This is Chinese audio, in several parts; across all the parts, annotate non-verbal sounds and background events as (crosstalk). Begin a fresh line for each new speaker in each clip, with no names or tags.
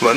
文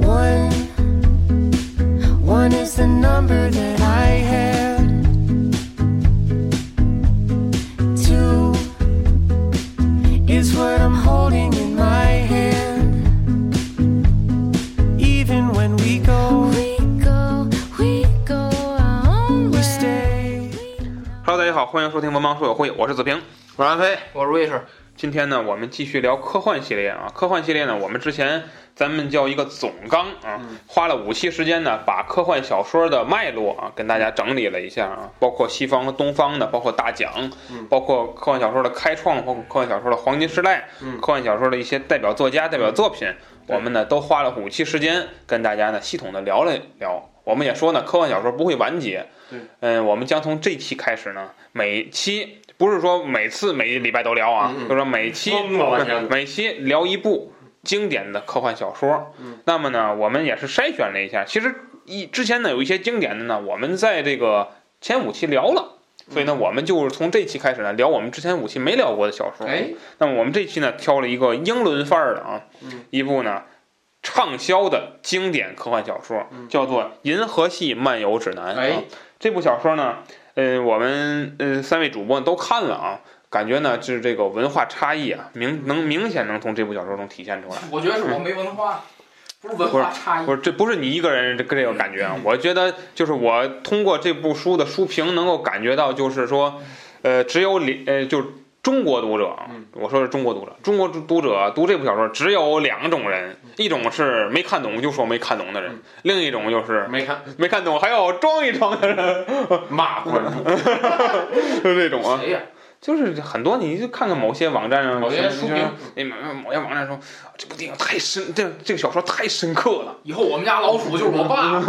One, one is the number that I have. Two is what I'm holding in my hand. Even when we go,
We go, we go our own
we
way.
stay.
Hello，大家好，欢迎收听《文盲书友会》，我是子平，我是安飞。
我是卫士，
今天呢，我们继续聊科幻系列啊。科幻系列呢，我们之前咱们叫一个总纲啊，花了五期时间呢，把科幻小说的脉络啊，跟大家整理了一下啊，包括西方和东方的，包括大奖，包括科幻小说的开创，包括科幻小说的黄金时代，科幻小说的一些代表作家、代表作品，我们呢都花了五期时间跟大家呢系统的聊了聊。我们也说呢，科幻小说不会完结，嗯，我们将从这期开始呢，每期不是说每次每礼拜都聊啊，就是说每期
疯了我天
每期聊一部经典的科幻小说。那么呢，我们也是筛选了一下，其实一之前呢有一些经典的呢，我们在这个前五期聊了。所以呢，我们就是从这期开始呢，聊我们之前五期没聊过的小说。
哎，
那么我们这期呢，挑了一个英伦范儿的啊，一部呢畅销的经典科幻小说，叫做《银河系漫游指南》。
哎
啊，这部小说呢，呃，我们呃三位主播都看了啊，感觉呢就是这个文化差异啊，明能明显能从这部小说中体现出来。
我觉得是我没文化，不是文
不是
化差异
不。是，这不是你一个人这这个感觉
嗯
啊！我觉得就是我通过这部书的书评能够感觉到，就是说，呃，只有两呃，就是中国读者啊，
嗯
我说是中国读者，中国读者读这部小说只有两种人，
嗯
一种是没看懂就说没看懂的人，另一种就是
没看
没看懂还要装一装的人， (laughs)
骂关注，
就是这种啊。
(laughs) 谁呀？
就是很多，你就看看某些网站上，
某些书评，
那哎某些网站说啊这部电影太深，这这个小说太深刻了，
以后我们家老鼠就是我爸。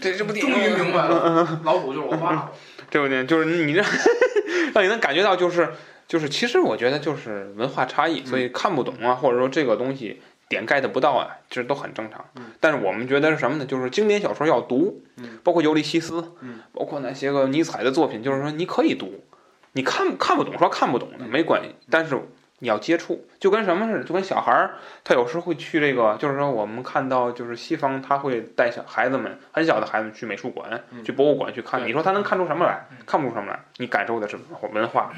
这这部电
终
影
于明白了，老鼠就是我爸爸。
对不对？就是你让 (laughs) 让你能感觉到，就是就是，其实我觉得就是文化差异，所以看不懂啊，或者说这个东西点 get 不到啊，这都很正常。但是我们觉得是什么呢？就是经典小说要读，包括《尤利西斯》，包括那些个尼采的作品，就是说你可以读，你看看不懂说看不懂的没关系，但是。你要接触，就跟什么似的，就跟小孩儿，他有时候会去这个，就是说我们看到，就是西方他会带小孩子们，很小的孩子去美术馆、去博物馆去看，
对
你说他能看出什么来？看不出什么来。你感受的是文化，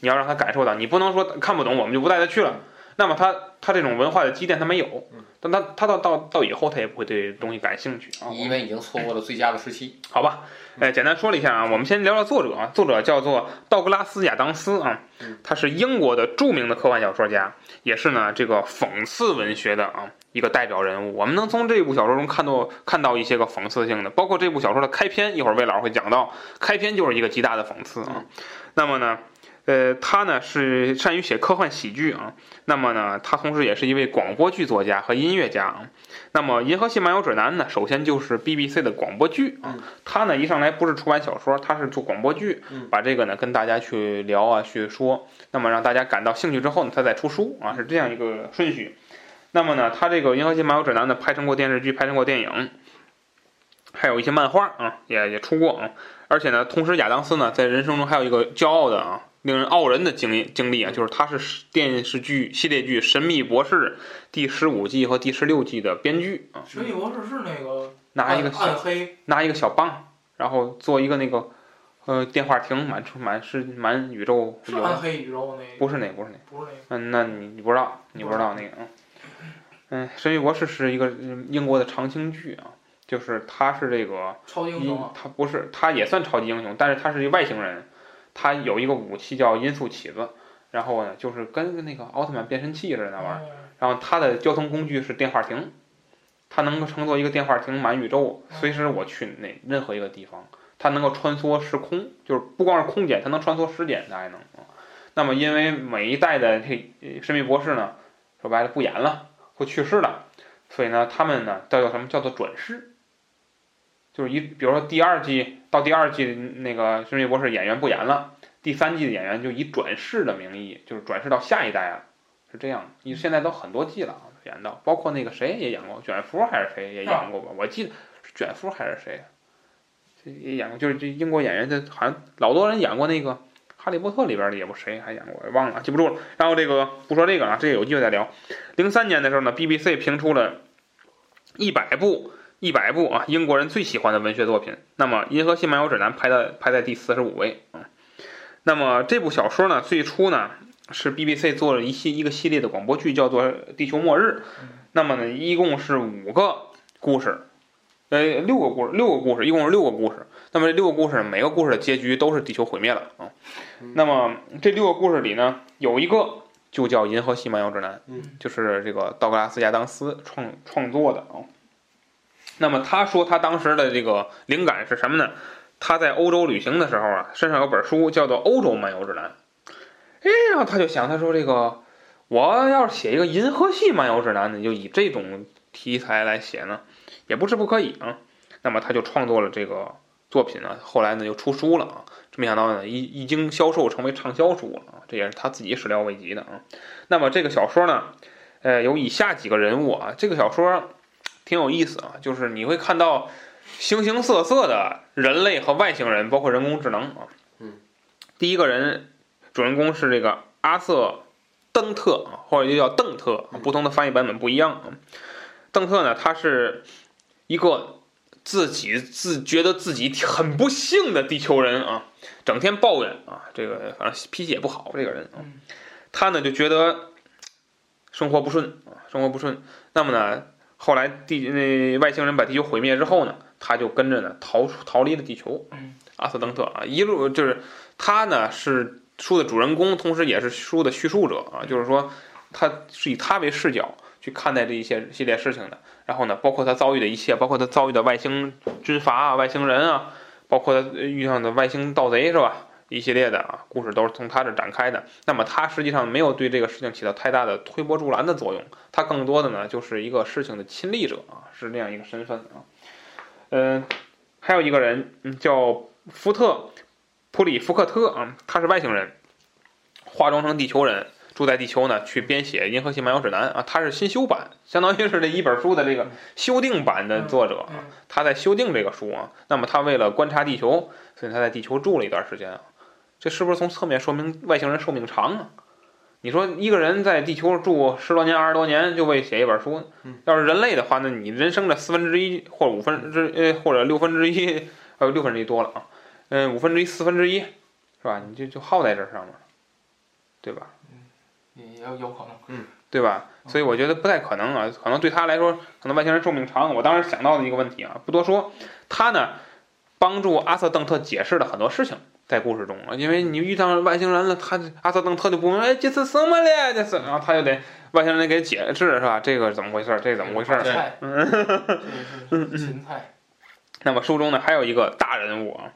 你要让他感受到，你不能说看不懂我们就不带他去了。那么他他这种文化的积淀他没有，但他他到到到以后他也不会对东西感兴趣啊。
因为已经错过了最佳的时期。
好吧，呃，简单说了一下啊，我们先聊聊作者啊，作者叫做道格拉斯·亚当斯啊，他是英国的著名的科幻小说家，也是呢这个讽刺文学的啊一个代表人物。我们能从这部小说中看到看到一些个讽刺性的，包括这部小说的开篇，一会儿魏老师会讲到，开篇就是一个极大的讽刺啊。那么呢？呃，他呢是善于写科幻喜剧啊，那么呢，他同时也是一位广播剧作家和音乐家啊。那么《银河系漫游指南》呢，首先就是 BBC 的广播剧啊，他呢一上来不是出版小说，他是做广播剧，把这个呢跟大家去聊啊，去说，那么让大家感到兴趣之后呢，他再出书啊，是这样一个顺序。那么呢，他这个《银河系漫游指南》呢，拍成过电视剧，拍成过电影，还有一些漫画啊，也也出过啊。而且呢，同时亚当斯呢，在人生中还有一个骄傲的啊，令人傲人的经历经历啊，就是他是电视剧系列剧《神秘博士》第十五季和第十六季的编剧啊，
神秘博士是那个
拿一个小
暗黑，
拿一个小棒，然后做一个那个呃电话亭，满处满是满宇宙
是暗
有，
黑宇宙那个，
不是那个不是那个，
不是那个。
嗯，那你你不知道你不知道那个嗯，嗯，《神秘博士》是一个嗯英国的长青剧啊，就是他是这个
超级英
英
雄啊，
他不是他也算超级英雄，但是他是一外星人，他有一个武器叫音速起子，然后呢就是跟那个奥特曼变身器似的那玩意
儿
儿。然后它的交通工具是电话亭，它能够乘坐一个电话亭满宇宙，
嗯
随时我去哪任何一个地方，它能够穿梭时空，就是不光是空间，它能穿梭时间，它还能。啊那么因为每一代的这呃神秘博士呢，说白了不演了，会去世了，所以呢，他们呢叫叫什么叫做转世。就是一，比如说第二季到第二季那个《兄弟博士》演员不演了，第三季的演员就以转世的名义，就是转世到下一代啊，是这样。你现在都很多季了啊，演到包括那个谁也演过，卷福还是谁也演过吧？我记得是卷福还是谁，啊这也演过，就是这英国演员，这好像老多人演过那个《哈利波特》里边的，也不谁还演过，我忘了，记不住了。然后这个不说这个了，这个有机会再聊。零三年的时候呢，BBC 评出了一百部一百部啊，英国人最喜欢的文学作品。那么《银河系漫游指南》排在排在第四十五位啊。那么这部小说呢，最初呢是 BBC 做了一系一个系列的广播剧，叫做《地球末日》。那么呢，一共是五个故事，呃，六个故事，六个故事，一共是六个故事。那么这六个故事，每个故事的结局都是地球毁灭了啊。那么这六个故事里呢，有一个就叫《银河系漫游指南》，
嗯
就是这个道格拉斯·亚当斯创创作的啊。那么他说他当时的这个灵感是什么呢？他在欧洲旅行的时候啊，身上有本书叫做《欧洲漫游指南》，哎，然后他就想，他说这个我要是写一个银河系漫游指南呢，就以这种题材来写呢，也不是不可以啊。那么他就创作了这个作品啊，后来呢又出书了啊，这没想到呢一一经销售成为畅销书了啊，这也是他自己始料未及的啊。那么这个小说呢，呃，有以下几个人物啊，这个小说挺有意思啊，就是你会看到形形色色的人类和外星人，包括人工智能啊。
嗯，
第一个人主人公是这个阿瑟登特啊，或者就叫邓特，
嗯
不同的翻译版本不一样啊。邓特呢，他是一个自己自觉得自己很不幸的地球人啊，整天抱怨啊，这个反正脾气也不好，这个人啊
嗯，
他呢就觉得生活不顺啊，生活不顺。那么呢，后来地那外星人把地球毁灭之后呢，他就跟着呢逃出逃离了地球
嗯。
阿瑟登特啊，一路就是他呢是书的主人公，同时也是书的叙述者啊，就是说他是以他为视角去看待这一些系列事情的。然后呢，包括他遭遇的一切，包括他遭遇的外星军阀啊、外星人啊，包括他遇上的外星盗贼是吧？一系列的啊故事都是从他这展开的。那么他实际上没有对这个事情起到太大的推波助澜的作用，他更多的呢就是一个事情的亲历者啊，是这样一个身份啊。嗯、还有一个人嗯叫福特普里福克特啊，他是外星人，化妆成地球人，住在地球呢，去编写《银河系漫游指南》啊，他是新修版，相当于是这一本书的这个修订版的作者啊，他在修订这个书啊。那么他为了观察地球，所以他在地球住了一段时间啊。这是不是从侧面说明外星人寿命长啊？你说一个人在地球住十多年、二十多年，就为写一本书
嗯，
要是人类的话，那你人生的四分之一或者五分之呃或者六分之一，呃六分之一多了啊，嗯、五分之一、四分之一，是吧？你就就耗在这上面了，对吧？
也有有可能，
对吧？所以我觉得不太可能啊，可能对他来说，可能外星人寿命长。我当时想到的一个问题啊，不多说，他呢帮助阿瑟邓特解释了很多事情在故事中啊，因为你遇上外星人了，他阿瑟邓特就不明白哎这是什么嘞，这是，然后他就得外星人给解释是吧？这个是怎么回事？这个怎么回事？
菜，这是芹菜，
那么书中呢还有一个大人物啊，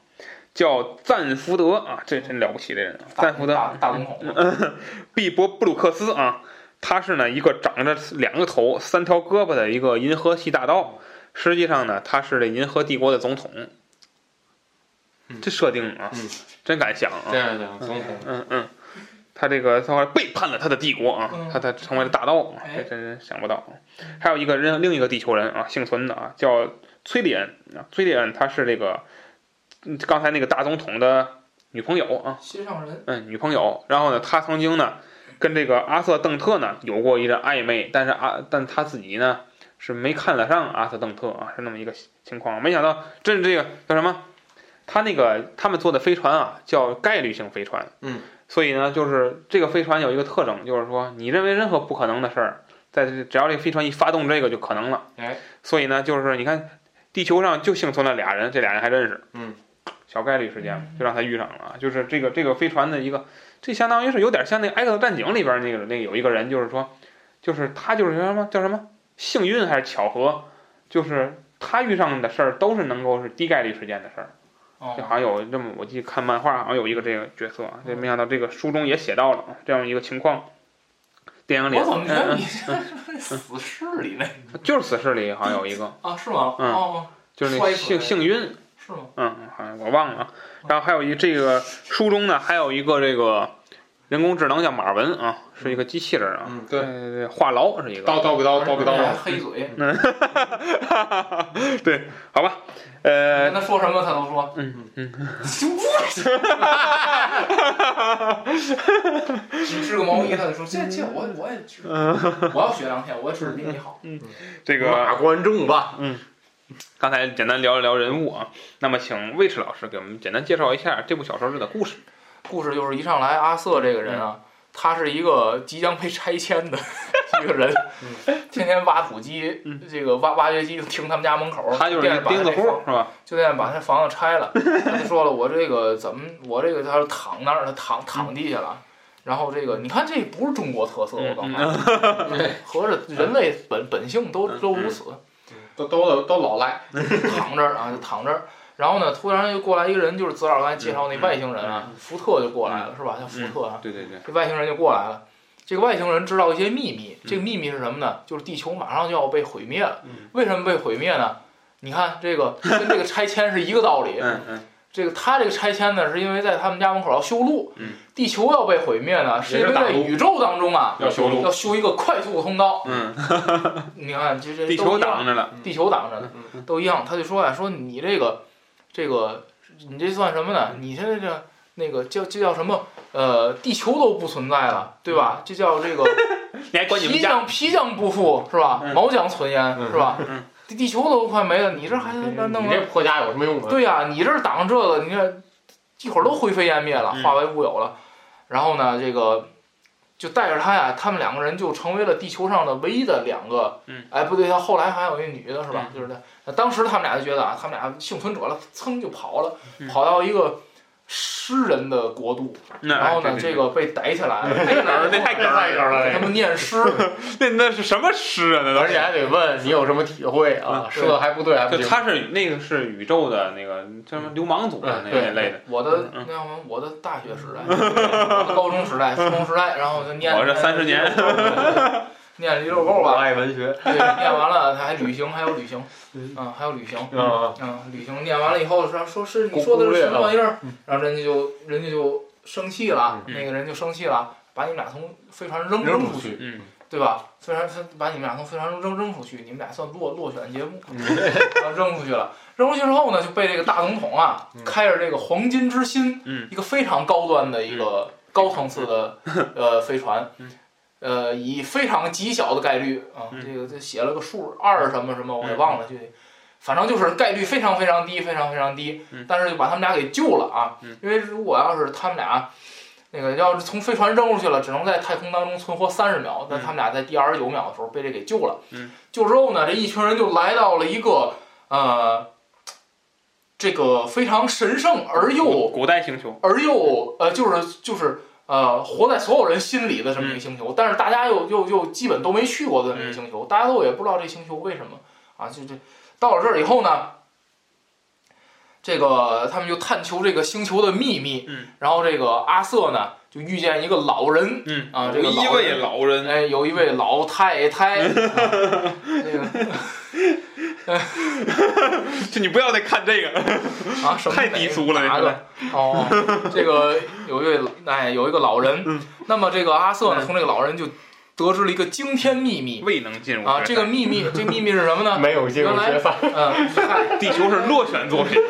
叫赞福德啊，这真了不起的人啊，
大
赞福德
大大总统，
毕伯布鲁克斯啊，他是呢一个长着两个头、三条胳膊的一个银河系大盗。实际上呢，他是这银河帝国的总统。
嗯
这设定啊，
嗯
真敢想啊！
这样讲，总统
嗯嗯，他这个他后来背叛了他的帝国啊，
嗯
他他成为了大盗啊，
哎
这真是想不到啊。还有一个人，另一个地球人啊，幸存的啊，叫崔利恩啊，崔利恩他是这个嗯刚才那个大总统的女朋友啊，
心上人，
嗯，女朋友。然后呢，他曾经呢跟这个阿瑟邓特呢有过一阵暧昧，但是阿、但他自己呢是没看得上阿瑟邓特啊，是那么一个情况。没想到真是这个叫什么？他那个他们坐的飞船啊，叫概率性飞船。
嗯，
所以呢，就是这个飞船有一个特征，就是说你认为任何不可能的事儿，在这只要这个飞船一发动，这个就可能了。
哎，
所以呢，就是你看地球上就幸存了俩人，这俩人还认识。
嗯，
小概率事件就让他遇上了啊，就是这个这个飞船的一个，这相当于是有点像那《个《艾克特战警》里边那个那个有一个人，就是说，就是他就是叫什么叫什么幸运还是巧合，就是他遇上的事儿都是能够是低概率事件的事儿。
哦
就，好像有这么，我记得看漫画好像有一个这个角色啊，这没想到这个书中也写到了啊这样一个情况。电影里，
我怎么觉得
嗯
你这是不是死侍里那
嗯就是死侍里好像有一个，
啊？是吗？
嗯
哦，
就是那
摔
幸
出来
幸运，
是吗？
嗯，好像我忘了啊。然后还有一这个书中呢，还有一个这个人工智能叫马文啊，是一个机器人啊，
嗯，对，
呃，话痨是一个。
叨叨不叨叨不啊叨
还
叨，
哎黑嘴，
嗯对，好吧，呃
跟，他说什么他都说。
嗯
(laughs)
嗯，
你织个毛衣，他就说这这我我也织，
嗯
我要学两天，我织的比你好。
这
骂
个嗯
观众吧，
刚才简单聊一聊人物啊，那么请魏迟老师给我们简单介绍一下这部小说的故事。
故事就是一上来阿瑟这个人
嗯
啊，他是一个即将被拆迁的一个人，
嗯
天天挖土机，这个挖挖掘机停他们家门口，
他就是
店
一
里把
钉子
这
户
房
是吧？
就那样把他房子拆了。他就说了，我这个怎么，我这个他说躺那儿，他躺躺地下了。然后这个，你看这不是中国特色，我告诉你，合着人类本本性都都如此。
都都都老来，
躺这儿啊，就躺这儿。然后呢，突然就过来一个人，就是子老刚才介绍那外星人啊，福特就过来了，是吧？叫福特啊，
嗯对对对，
这外星人就过来了。这个外星人知道一些秘密，这个秘密是什么呢？就是地球马上就要被毁灭了。
嗯
为什么被毁灭呢？你看这个跟这个拆迁是一个道理。
(laughs) 嗯嗯，
这个他这个拆迁呢，是因为在他们家门口要修路，
嗯
地球要被毁灭呢，是因
也
为
是打
在
路
宇宙当中啊
要修路
要修一个快速通道。
嗯，
你看这这
地
都
球
一样
挡着了，
地球挡着呢，都一样。他就说呀、说你这个，这个，你这算什么呢？你现在这那个叫这叫什么？呃，地球都不存在了，对吧？这叫这个
你还管你们
皮
家？
匠皮匠不富是吧？
嗯
毛将存焉
嗯
是吧
嗯？
地地球都快没了，你这还弄弄
你这破家有什么用啊？
对呀、你这儿挡着这个，你这一会儿都灰飞烟灭了，
嗯
化为乌有了。然后呢，这个就带着他呀，他们两个人就成为了地球上的唯一的两个。
嗯，
哎，不对，他后来还有一女的是吧？就是他，当时他们俩就觉得啊，他们俩幸存者了，噌就跑了，
嗯
跑到一个诗人的国度，
那
然后
哎对
呢，
对
这
对
个被逮起
(laughs)
来了，逮哪
那太梗了，
给他们念
(laughs)
诗，
那那是什么诗啊？那
(laughs)
都
而
是
且还得问你有什么体会啊？说的还不对还不
就
行，
他是那个是宇宙的那个叫什么流氓组
嗯
的那
对
那类的，
我的那什么，我的大学时代，我的高中时代、初中时代，然后就念
我这30年，
念了一溜够
我
吧，
爱文学，
对，念完了他还旅行，还有旅行
嗯，
啊，还有旅行，
嗯，
啊，旅行念完了以后说说是你
攻
说的
攻
是
略
什么
啊
玩意儿，然后人家就人家就生气了，
嗯
那个人就生气了，把你们俩从飞船扔
扔
出
出，去，
嗯，
对吧？虽然他把你们俩从飞船中扔扔出去，你们俩算落落选节目，
嗯
然后扔出去了。扔出去之后呢，就被这个大总统啊，
嗯
开着这个黄金之心，
嗯
一个非常高端的一个高层次的、呃飞船
嗯，
呃，以非常极小的概率啊，
嗯
这个这写了个数二什么什么，我给忘了具体。反正就是概率非常非常低，非常非常低
嗯，
但是就把他们俩给救了啊！
嗯
因为如果要是他们俩，那个要是从飞船扔出去了，只能在太空当中存活三十秒，但
嗯
他们俩在第二十九秒的时候被这给救了。
嗯
救之后呢，这一群人就来到了一个呃，这个非常神圣而
古
又
古代星球，
而又呃，就是就是呃，活在所有人心里的这么一
嗯
个星球，但是大家又又又基本都没去过的这么一个星球，大家都也不知道这星球为什么啊，就这到了这儿以后呢，这个他们就探求这个星球的秘密，
嗯
然后这个阿瑟呢就遇见一个老人，
嗯
啊这
有
个
一
老
位
人
老人，
哎，有一位老太
(laughs)
太，啊这个
就你不要再看这个，
啊什么
太低俗了，
哪
这
个
个，
哦，这个有一位老哎有一个老人，那么这个阿瑟呢
嗯
从这个老人就得知了一个惊天秘密
未能进入
啊，
决
这
赛
个秘密这秘密是什么呢？
没有进入决赛，
嗯，嗨
地球是落选作品，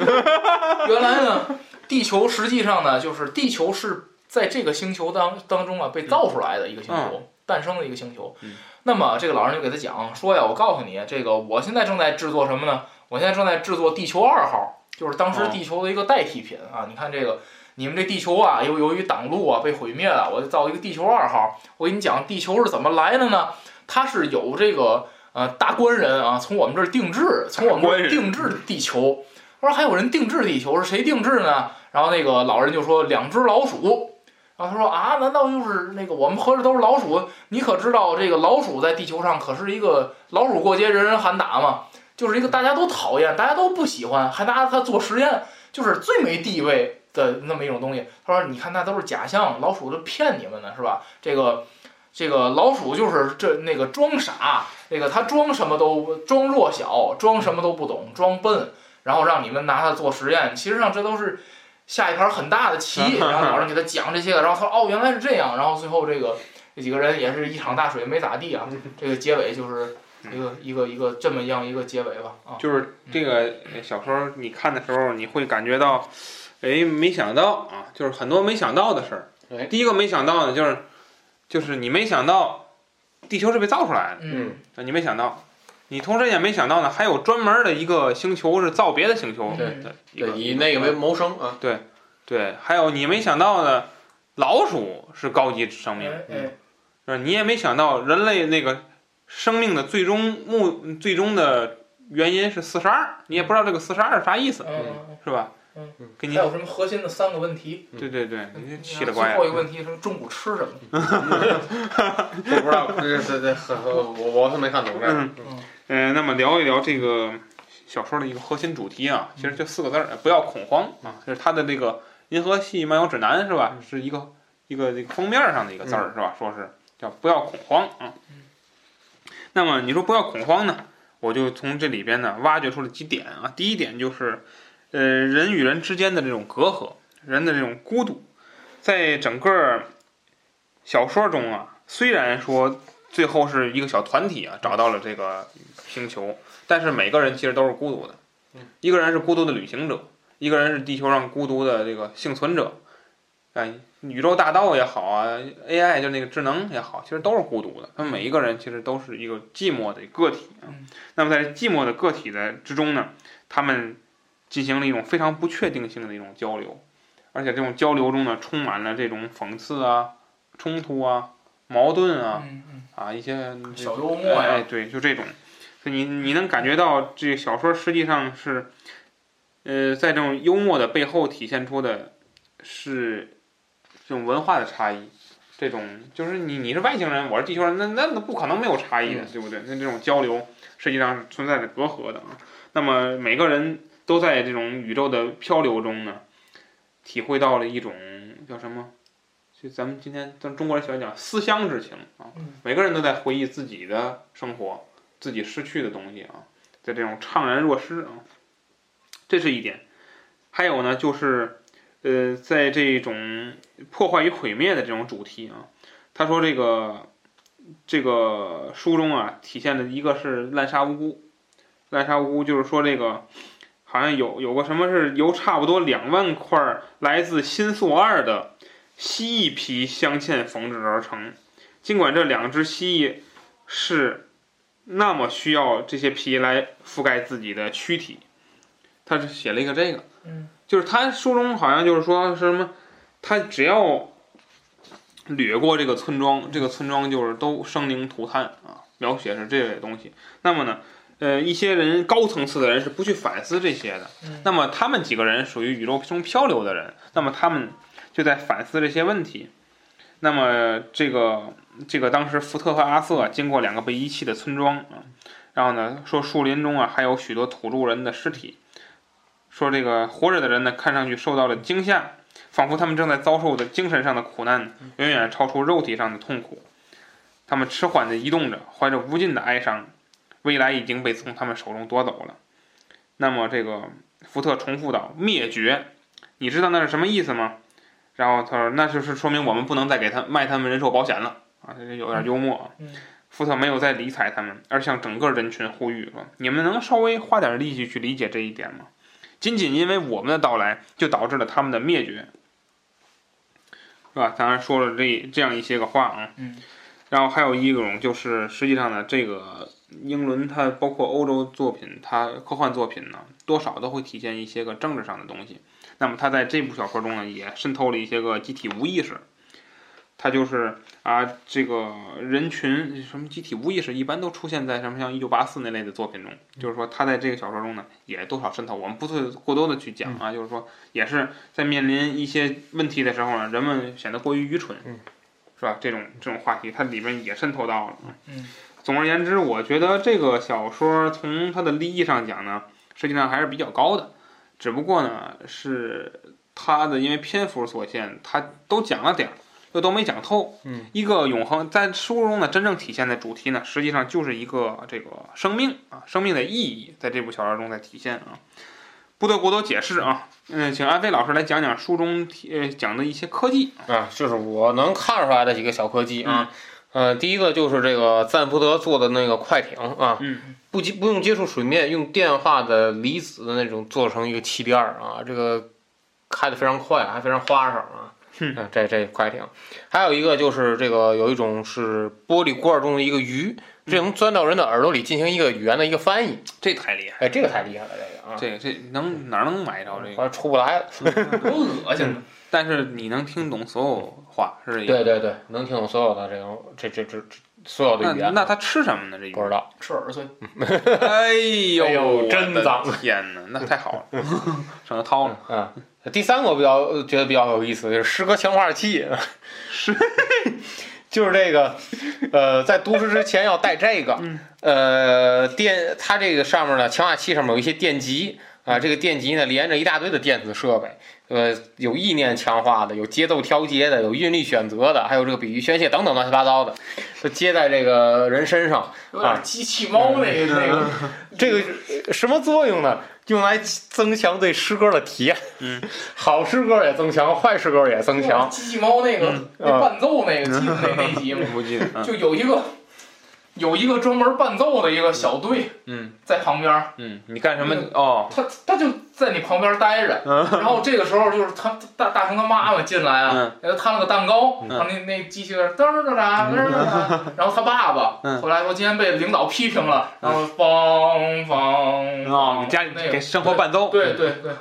原来呢，地球实际上呢就是地球是在这个星球当当中啊被造出来的一个星球。诞生的一个星球
嗯，
那么这个老人就给他讲说呀，我告诉你，这个我现在正在制作什么呢？我现在正在制作地球二号，就是当时
哦
地球的一个代替品啊。你看这个，你们这地球啊，由由于挡路啊被毁灭了，我就造一个地球二号。我给你讲，地球是怎么来的呢？它是有这个呃大官人啊，从我们这儿定制，从我们这
官
儿
人
定制地球。我说还有人定制地球，是谁定制呢？然后那个老人就说两只老鼠。然后他说啊，难道就是那个我们合着都是老鼠？你可知道这个老鼠在地球上可是一个老鼠过街人人喊打嘛，就是一个大家都讨厌、大家都不喜欢，还拿它做实验，就是最没地位的那么一种东西。他说：“你看，那都是假象，老鼠都骗你们呢，是吧？这个这个老鼠就是这那个装傻，那个他装什么都装弱小，装什么都不懂，装笨，然后让你们拿它做实验。其实上这都是下一盘很大的棋，然后老人给他讲这些个，然后他说哦原来是这样，然后最后这个这几个人也是一场大水没咋地啊，这个结尾就是一个一个一个这么样一个结尾吧啊，
就是这个呃小说，你看的时候，你会感觉到，哎，没想到啊，就是很多没想到的事儿。
哎
第一个没想到的就是，就是你没想到，地球是被造出来
嗯
的，啊你没想到，你同时也没想到呢，还有专门的一个星球是造别的星球
对
的一
对，
个，
以那个为谋生啊，
对，还有你没想到的，老鼠是高级生命，
哎哎
是吧？你也没想到人类那个生命的最终目最终的原因是四十二，你也不知道这个四十二是啥意思，
嗯，
是吧？
嗯，
给你
还有什么核心的三个问题？
对对对，
嗯
你这奇了
最
怪
后
了。
一个问题是中午吃什么？
我不知道，这这这很我我是没看懂这个
嗯，嗯、那么聊一聊这个小说的一个核心主题啊，其实就四个字儿，不要恐慌啊，这是它的那个《银河系漫游指南》是吧？是一个一个这个封面上的一个字儿是吧？说是叫不要恐慌啊。那么你说不要恐慌呢，我就从这里边呢挖掘出了几点啊。第一点就是，呃，人与人之间的这种隔阂，人的这种孤独，在整个小说中啊，虽然说最后是一个小团体啊找到了这个星球，但是每个人其实都是孤独的
嗯。
一个人是孤独的旅行者，一个人是地球上孤独的这个幸存者。哎，宇宙大盗也好啊，AI 就那个智能也好，其实都是孤独的。他们每一个人其实都是一个寂寞的个体啊
嗯。
那么在寂寞的个体的之中呢，他们进行了一种非常不确定性的一种交流，而且这种交流中呢，充满了这种讽刺啊、冲突啊、矛盾啊
嗯嗯，
啊一些
小幽默
哎哎，
呀，
对，就这种，所以你你能感觉到这个小说实际上是，呃，在这种幽默的背后体现出的是这种文化的差异，这种就是你你是外星人，我是地球人，那那那不可能没有差异的，
嗯
对不对？那这种交流实际上是存在着隔阂的啊。那么每个人都在这种宇宙的漂流中呢，体会到了一种叫什么？就咱们今天咱中国人喜欢讲思乡之情啊，
嗯
每个人都在回忆自己的生活，自己失去的东西啊，在这种怅然若失啊，这是一点。还有呢，就是呃，在这种破坏与毁灭的这种主题啊，他说这个这个书中啊，体现的一个是滥杀无辜，滥杀无辜就是说这个。好像有有个什么是由差不多两万块儿来自新宿二的蜥蜴皮镶嵌缝制而成。尽管这两只蜥蜴是那么需要这些皮来覆盖自己的躯体，他是写了一个这个，
嗯，
就是他书中好像就是说是什么，他只要掠过这个村庄，这个村庄就是都生灵涂炭啊，描写是这类东西。那么呢，呃，一些人高层次的人是不去反思这些的，
嗯
那么他们几个人属于宇宙中漂流的人，那么他们就在反思这些问题。那么这个这个当时福特和阿瑟、啊、经过两个被遗弃的村庄啊，然后呢说树林中啊还有许多土著人的尸体，说这个活着的人呢看上去受到了惊吓，仿佛他们正在遭受的精神上的苦难远远超出肉体上的痛苦。他们迟缓地移动着，怀着无尽的哀伤，未来已经被从他们手中夺走了。那么这个福特重复道：“灭绝，你知道那是什么意思吗？”然后他说：“那就是说明我们不能再给他卖他们人寿保险了啊！”这有点幽默啊。
嗯
福特没有再理睬他们，而向整个人群呼吁说：“你们能稍微花点力气去理解这一点吗？仅仅因为我们的到来，就导致了他们的灭绝，是吧？”当然说了这这样一些个话啊。
嗯
然后还有一种就是，实际上呢，这个英伦它包括欧洲作品，它科幻作品呢，多少都会体现一些个政治上的东西。那么它在这部小说中呢，也渗透了一些个集体无意识。它就是啊，这个人群什么集体无意识，一般都出现在什么像《一九八四》那类的作品中。就是说，它在这个小说中呢，也多少渗透。我们不会过多的去讲啊，就是说，也是在面临一些问题的时候呢，人们显得过于愚蠢。是吧？这种这种话题，它里面也渗透到了。
嗯，
总而言之，我觉得这个小说从它的立意上讲呢，实际上还是比较高的，只不过呢是它的因为篇幅所限，它都讲了点儿，又都没讲透。
嗯，
一个永恒在书中呢，真正体现的主题呢，实际上就是一个这个生命啊，生命的意义在这部小说中在体现啊。布德国多解释啊，嗯，请安飞老师来讲讲书中提呃讲的一些科技。
啊，就是我能看出来的几个小科技啊。呃，第一个就是这个赞福德做的那个快艇啊，
嗯
不接不用接触水面，用电化的离子的那种做成一个气垫儿啊，这个开的非常快，还非常花哨啊。
嗯
啊，这这快艇，还有一个就是这个有一种是玻璃罐中的一个鱼，这能钻到人的耳朵里进行一个语言的一个翻译，
这啊太厉害，
哎，这个太厉害了，这个啊，
这这能哪儿能买着这
我
个？
还出不来了。嗯
多恶心啊！
但是你能听懂所有话，是这意思
对对对，能听懂所有的这种这这这这所有的语
那
言，
那他吃什么呢？这鱼
不知道。
吃耳碎，
哎呦，
哎呦
我的
真脏
天哪，那太好了， (laughs) 省得掏了。
嗯，第三个我比较呃觉得比较有意思，就是诗歌强化器，
是，
(laughs) 就是这个，呃，在读诗之前要带这个，
嗯
呃，电它这个上面呢，强化器上面有一些电极啊，这个电极呢连着一大堆的电子设备，呃，有意念强化的，有节奏调节的，有韵律选择的，还有这个比喻宣泄等等乱七八糟的，都接在这个人身上，
有点机器猫那
嗯
个那个。
这个呃什么作用呢？用来增强对诗歌的体验，
嗯，
好诗歌也增强，坏诗歌也增强。
机器猫那个、
嗯啊
那伴奏那个、记得那那
嗯
集吗？
不嗯记得。
(laughs) 就有一个有一个专门伴奏的一个小队
嗯
在旁边儿，
嗯，你干什么？哦，
他他就在你旁边儿待着，
嗯
然后这个时候就是他大大成他妈妈进来啊，
嗯
给他摊了个蛋糕，
嗯
然后那那机器人噔噔噔噔噔噔，啊然后他爸爸
嗯
后来说今天被领导批评了，然后梆梆
嗯
哦，
梆，
你家里
那
给
个
生活伴奏，
对对对，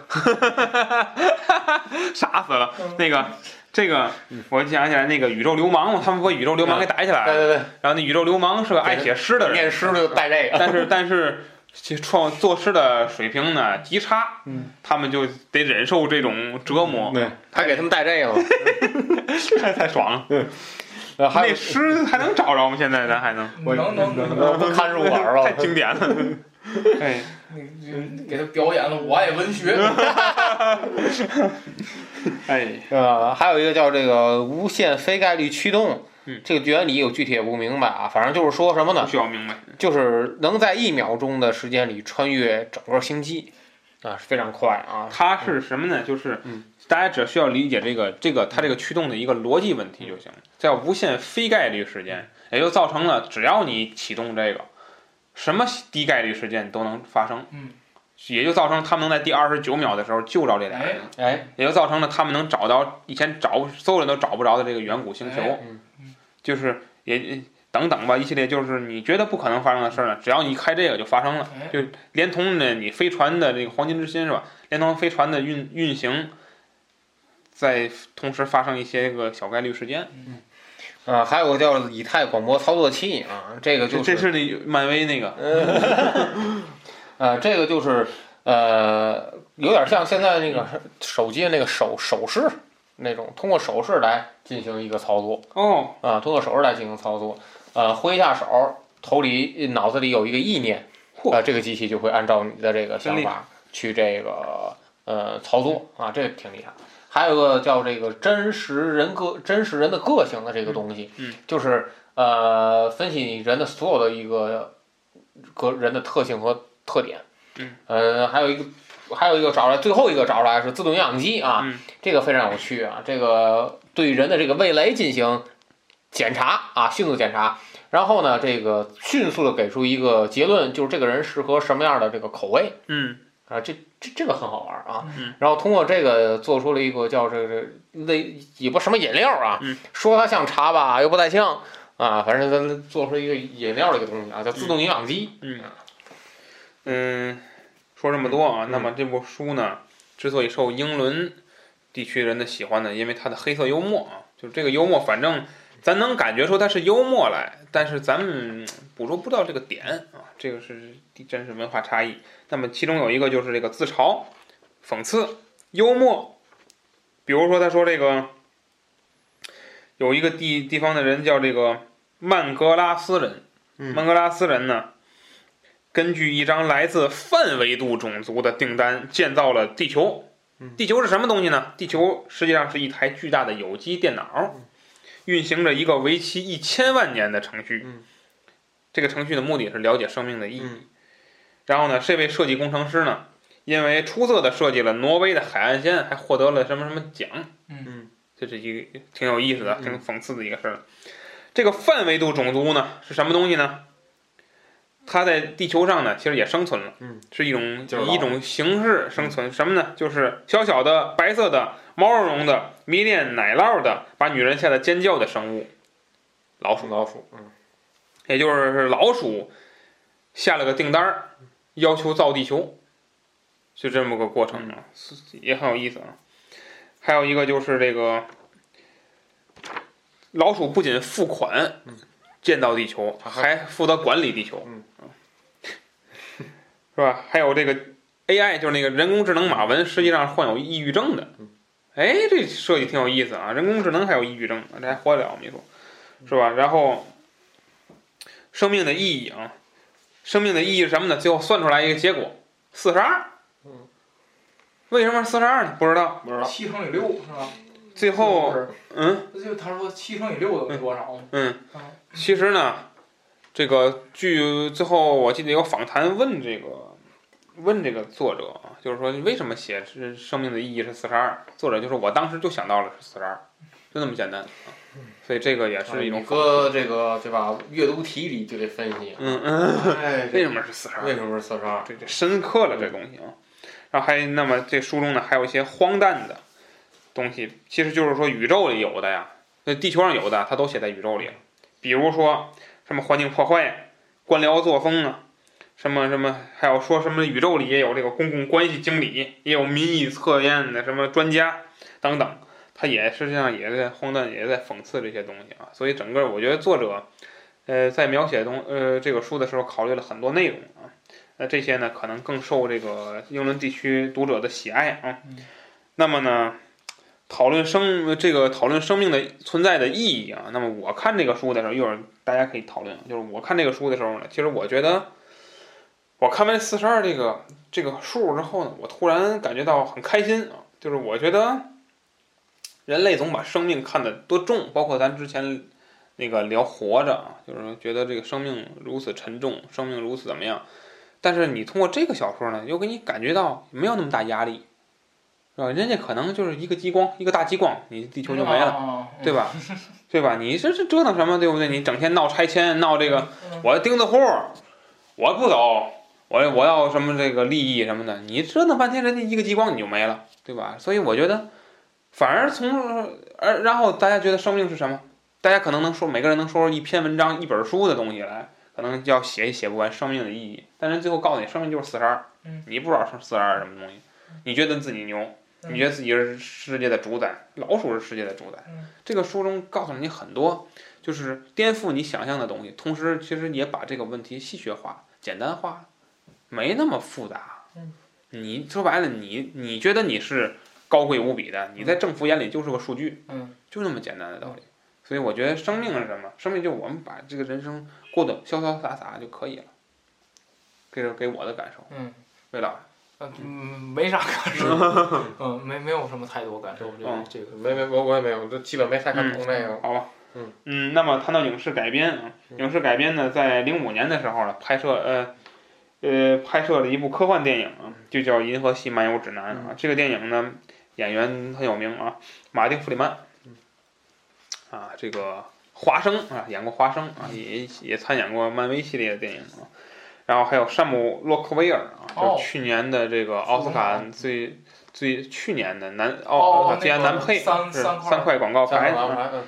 傻死了
嗯。
那个，这个，我想起来那个宇宙流氓嘛，他们把宇宙流氓给逮起来
嗯对
了。
对对，
然后那宇宙流氓是个爱写诗的人，
念诗就带这个。
(laughs)
(laughs)
但是但是其创作诗的水平呢极差，
嗯
他们就得忍受这种折磨，
对，还给他们带这个嘛。
太太爽了。
然后还
那
有
诗还能找着吗？现在咱还
(laughs)
能？
我
能能
嗯
能。
呃不堪入耳了
(laughs) 太。经典
(laughs)
了。哎，
那给他表演了《我爱文
(laughs)
学》
哎，
呃，还有一个叫这个无限非概率驱动
嗯，
这个原理有具体也不明白啊。反正就是说什么
不
呢？
需要明白。
就是能在一秒钟的时间里穿越整个星际，啊，是非常快啊。
它是什么呢？就是
嗯
大家只需要理解这个这个它这个驱动的一个逻辑问题就行了，叫无限非概率事件，也就造成了只要你启动这个，什么低概率事件都能发生。
嗯。
也就造成他们能在第二十九秒的时候救着这俩人，
哎，
也就造成了他们能找到以前找所有人都找不着的这个远古星球，
哎
嗯
就是也等等吧，一系列就是你觉得不可能发生的事儿呢，只要你一开这个就发生了。
哎，
连同呢你飞船的这个黄金之心是吧？连同飞船的运运行，在同时发生一些个小概率事件，
啊，还有个叫以太广播操作器啊，这个就
这
是
是那漫威那个
呃，这个就是呃，有点像现在那个手机的那个手手势那种，通过手势来进行一个操作
哦，
啊、通过手势来进行操作，呃，挥一下手，头里脑子里有一个意念，
嚯
啊、这个机器就会按照你的这个
真
想
厉害
法去这个呃操作啊，这挺厉害。还有个叫这个真实人个真实人的个性的这个东西，
嗯嗯
就是呃分析你人的所有的一个个人的特性和特点，
嗯，
呃，还有一个。还有一个找出来，最后一个找出来是自动营养机啊，
嗯
这个非常有趣啊，这个对人的这个味蕾进行检查啊，迅速检查，然后呢，这个迅速的给出一个结论，就是这个人适合什么样的这个口味，
嗯
啊，这这这个很好玩儿啊。
嗯
然后通过这个做出了一个叫这个类也不什么饮料啊，
嗯
说它像茶吧又不太像啊，反正咱做出一个饮料的一个东西啊，叫自动营养机。
嗯嗯，说这么多啊，那么这部书呢，之所以受英伦地区人的喜欢呢，因为它的黑色幽默啊，就是这个幽默，反正咱能感觉出它是幽默来，但是咱们嗯捕捉不到这个点啊，这个是真是文化差异。那么其中有一个就是这个自嘲、讽刺、幽默，比如说他说这个有一个地地方的人叫这个曼格拉斯人，
嗯
曼格拉斯人呢。根据一张来自泛维度种族的订单，建造了地球。地球是什么东西呢？地球实际上是一台巨大的有机电脑。运行着一个为期一千万年的程序。
嗯
这个程序的目的是了解生命的意义。
嗯
然后呢，这位设计工程师呢，因为出色的设计了挪威的海岸线，还获得了什么什么奖。
嗯，
这是一个挺有意思的、
嗯
挺讽刺的一个事儿。这个泛维度种族呢是什么东西呢？它在地球上呢，其实也生存了，
嗯，
是一种
就是嗯
以一种形式生存，什么呢？就是小小的、白色的、毛茸茸的、迷恋奶酪的，把女人吓得尖叫的生物，老鼠
属。老鼠，嗯
也就是老鼠下了个订单儿，要求造地球，就这么个过程
嗯
啊，是也很有意思啊。还有一个就是这个老鼠不仅付款
嗯
建造地球，
它还
还负责管理地球，
嗯
啊，是吧？还有这个 AI 就是那个人工智能马文，实际上是患有抑郁症的
嗯。
哎，这设计挺有意思啊！人工智能还有抑郁症，这还活得了？你说
嗯
是吧？然后生命的意义啊，生命的意义是什么呢？最后算出来一个结果，四十二。
嗯，
为什么四十二呢？不知道。
不知道，
七乘以六是吧？
最后，
是
嗯
就他说七乘以六等于多少？
嗯
嗯，
其实呢，这个据最后我记得有访谈问这个问这个作者啊，就是说为什么写是生命的意义是四十二？作者就说我当时就想到了是四十二，就那么简单啊。所以这个也是一种
你搁这个对吧？阅读题里就得分析，
嗯嗯，
哎，
为什么是四十二？
为什么是啊四十二？
这这深刻了这东西啊。然后还那么这书中呢还有一些荒诞的东西，其实就是说宇宙里有的呀，那地球上有的，它都写在宇宙里了。比如说什么环境破坏、官僚作风啊，什么什么，还有说什么宇宙里也有这个公共关系经理，也有民意测验的什么专家等等，他也实际上也在荒诞，也在讽刺这些东西啊。所以整个我觉得作者。呃，在描写东呃这个书的时候，考虑了很多内容啊，那这些呢，可能更受这个英伦地区读者的喜爱啊。
嗯
那么呢，讨论生这个讨论生命的存在的意义啊。那么我看这个书的时候，一会儿大家可以讨论啊。就是我看这个书的时候呢，其实我觉得，我看完四十二这个这个数之后呢，我突然感觉到很开心啊。就是我觉得，人类总把生命看得多重，包括咱之前那个聊活着啊，就是觉得这个生命如此沉重，生命如此怎么样。但是你通过这个小说呢，又给你感觉到没有那么大压力，是吧？人家可能就是一个激光，一个大激光，你地球就没了，
了
对吧？ (laughs) 对吧？你这这折腾什么，对不对？你整天闹拆迁，闹这个
嗯
我钉子户，我不走，我我要什么这个利益什么的，你折腾半天，人家一个激光你就没了，对吧？所以我觉得，反而从而然后大家觉得生命是什么？大家可能能说每个人能说出一篇文章、一本书的东西来，可能要写也写不完生命的意义，但人最后告诉你，生命就是四十二
嗯，
你不知道是四十二是什么东西，你觉得自己牛，
嗯
你觉得自己是世界的主宰，老鼠是世界的主宰
嗯。
这个书中告诉了你很多，就是颠覆你想象的东西，同时其实也把这个问题戏谑化、简单化，没那么复杂
嗯。
你说白了，你你觉得你是高贵无比的，你在政府眼里就是个数据，
嗯，
就那么简单的道理。所以我觉得生命是什么？生命就是我们把这个人生过得潇潇洒洒就可以了。这是给我的感受。
嗯。
魏老师，
嗯，没啥感
(laughs)
受，嗯，没没有什么太多感受，这个
嗯
这个
没没我我也没有，这基本没太看懂那个。
好吧，
嗯
嗯，那么谈到影视改编啊，
嗯
影视改编呢，在零五年的时候呢，拍摄呃呃拍摄了一部科幻电影啊，就叫《银河系漫游指南》
嗯
啊。这个电影呢，演员很有名啊，马丁·弗里曼
嗯，
啊，这个华生啊，演过华生啊，也也参演过漫威系列的电影啊。然后还有山姆·洛克威尔啊，
哦
就是去年的这个奥斯卡
福克
最最去年的男
哦
奥奥斯卡最佳
那个
男配
三
是
三块
三块广告
三
牌
块王牌，嗯，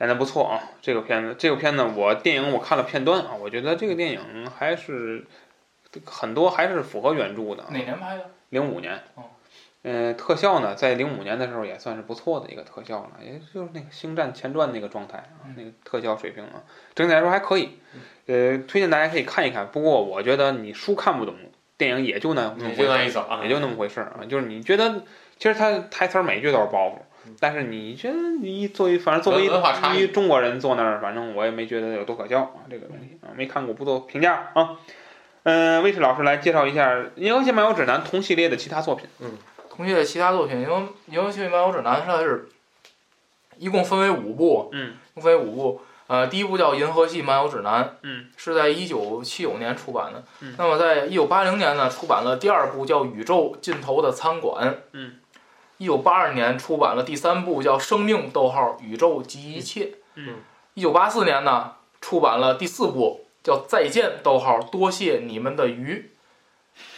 演的不错啊，这个片子，这个片子我电影我看了片段啊，我觉得这个电影还是很多还是符合原著的啊。
嗯哪年拍的？
零五年
哦，
嗯、特效呢，在零五年的时候也算是不错的一个特效了，也就是那个《星战前传》那个状态啊，
嗯
那个特效水平啊，整体来说还可以。呃，推荐大家可以看一看，不过我觉得你书看不懂，电影也就那那么
你就
回事
那
儿
意思啊，
也就那么回事儿啊。就是你觉得，其实它台词儿每句都是包袱
嗯，
但是你觉得你作为反正作为
文文化差异
一中国人坐那儿，反正我也没觉得有多可笑啊，这个东西啊，没看过不做评价啊。嗯，魏士老师来介绍一下《银河系漫游指南》同系列的其他作品。
同学的其他作品，因为《银河系漫游指南》它是一共分为五部，
嗯，
共分为五部。呃，第一部叫《银河系漫游指南》，
嗯，
是在一九七九年出版的。
嗯
那么在一九八零年呢，出版了第二部叫《宇宙尽头的餐馆》。
嗯，
一九八二年出版了第三部叫《生命：逗号宇宙及一切》。
嗯，
一九八四年呢，出版了第四部叫《再见：逗号多谢你们的鱼》。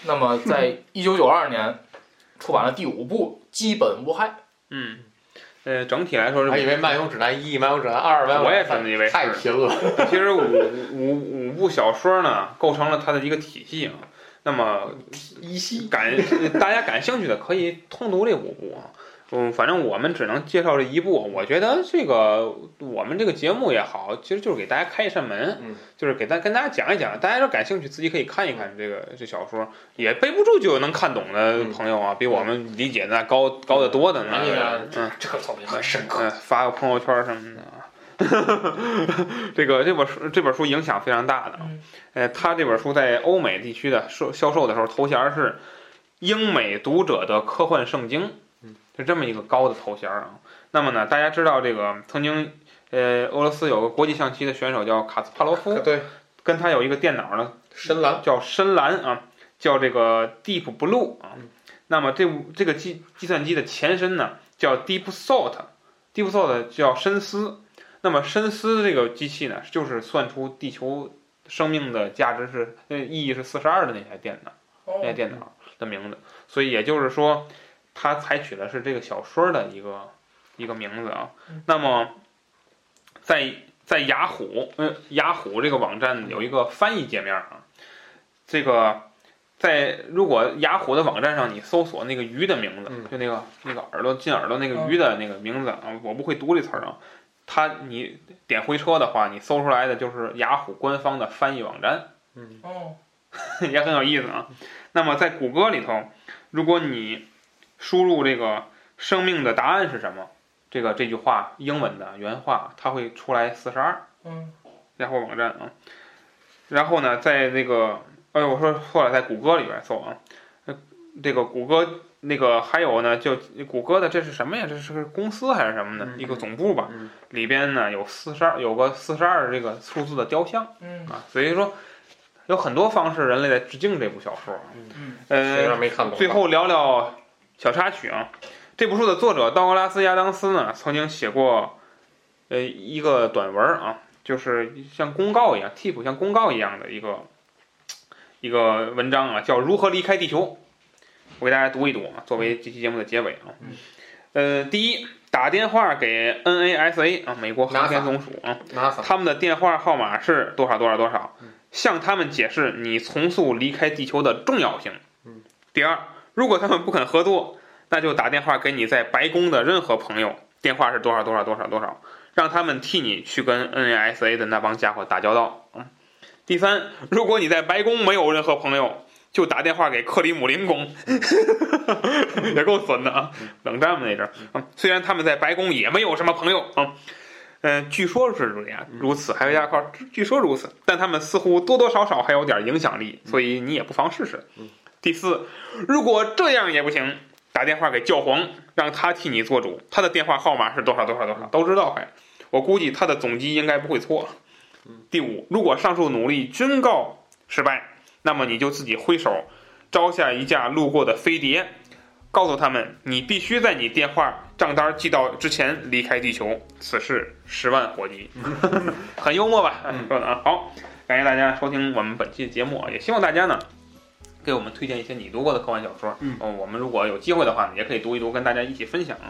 那么
(laughs)
在一九九二年，出版了第五部《基本无害》。
嗯，呃，整体来说
还
是
以为《漫游指南一》《漫游指南二》《漫游
我也
指
这
南
么以为
三》太
是
贫了。
其实五五五部小说呢，构成了它的一个体系啊。那么一系感呃大家感兴趣的可以通读这五部啊。嗯，反正我们只能介绍这一部。我觉得这个我们这个节目也好，其实就是给大家开一扇门，
嗯
就是给大跟大家讲一讲。大家要感兴趣，自己可以看一看这个这小说，也背不住就有能看懂的朋友啊，比我们理解的那高高嗯得多的
哎呀
呢。嗯，
这个作 (laughs) 品很深刻。
嗯，发个朋友圈什么的 (laughs) 啊。这个这本书这本书影响非常大的啊，
嗯
呃，他这本书在欧美地区的售销售的时候，头衔是英美读者的科幻圣经
嗯，
是这么一个高的头衔啊。那么呢，大家知道这个曾经呃，俄罗斯有个国际象棋的选手叫卡斯帕罗夫，
对，
跟他有一个电脑呢
深蓝
叫深蓝啊，叫这个 Deep Blue 啊
嗯。
那么这这个计计算机的前身呢叫 Deep Thought，Deep Thought 叫深思。那么深思这个机器呢，就是算出地球生命的价值是呃意义是四十二的那台电脑，
哦
那台电脑的名字。所以也就是说，它采取的是这个小说的一个一个名字啊
嗯。
那么在在雅虎，嗯、雅虎这个网站有一个翻译界面啊，这个在如果雅虎的网站上你搜索那个鱼的名字，
嗯
就那个那个耳朵进耳朵
嗯
那个鱼的那个名字啊，我不会读这词儿啊。它你点回车的话，你搜出来的就是雅虎官方的翻译网站，
嗯，
哦，
(laughs) 也很有意思啊。那么在谷歌里头，如果你输入这个“生命的答案是什么”这个这句话英文的原话，它会出来四十二。
嗯，
雅虎网站啊。然后呢，在那个，哎，我说错了，在谷歌里边搜啊，呃这个谷歌那个还有呢，就谷歌的这是什么呀？这是个公司还是什么呢？
嗯
一个总部吧，
嗯
里边呢有四十二，有个四十二这个数字的雕像
嗯，
啊，所以说有很多方式人类在致敬这部小说啊。
嗯，
虽
呃
然，没看懂吧。
最后聊聊小插曲啊。这部书的作者道格拉斯·亚当斯呢，曾经写过呃一个短文啊，就是像公告一样，tip 像公告一样的一个一个文章啊，叫《如何离开地球》。我给大家读一读啊，作为这期节目的结尾啊。呃，第一，打电话给 NASA 啊，美国航天总署啊，
NASA
他们的电话号码是多少多少嗯多少，向他们解释你从速离开地球的重要性
嗯。
第二，如果他们不肯合作，那就打电话给你在白宫的任何朋友，电话是多少多少多少多少，让他们替你去跟 NASA 的那帮家伙打交道。嗯。第三，如果你在白宫没有任何朋友，就打电话给克里姆林宫， (laughs) 也够损的啊！冷战嘛那阵儿、嗯虽然他们在白宫也没有什么朋友啊。嗯嗯，据说是如样，如此，还有压块，据说如此，但他们似乎多多少少还有点影响力，所以你也不妨试试。第四，如果这样也不行，打电话给教皇，让他替你做主，他的电话号码是多少多少多少，都知道还。我估计他的总机应该不会错。第五，如果上述努力均告失败，那么你就自己挥手招下一架路过的飞碟，告诉他们你必须在你电话账单寄到之前离开地球。此事十万火急， (laughs) 很幽默吧？说的啊，好，感谢大家收听我们本期的节目啊，也希望大家呢。给我们推荐一些你读过的科幻小说，
嗯
呃我们如果有机会的话呢，也可以读一读，跟大家一起分享啊。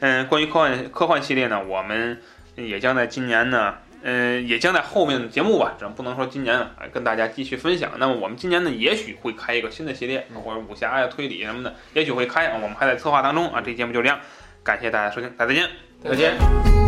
嗯，关于科幻科幻系列呢，我们也将在今年呢，呃，也将在后面的节目吧，只能不能说今年啊，跟大家继续分享。那么我们今年呢，也许会开一个新的系列，
嗯
或者武侠呀、推理什么的，也许会开啊，我们还在策划当中啊。这期节目就这样，感谢大家收听，大家再见。
再见。
you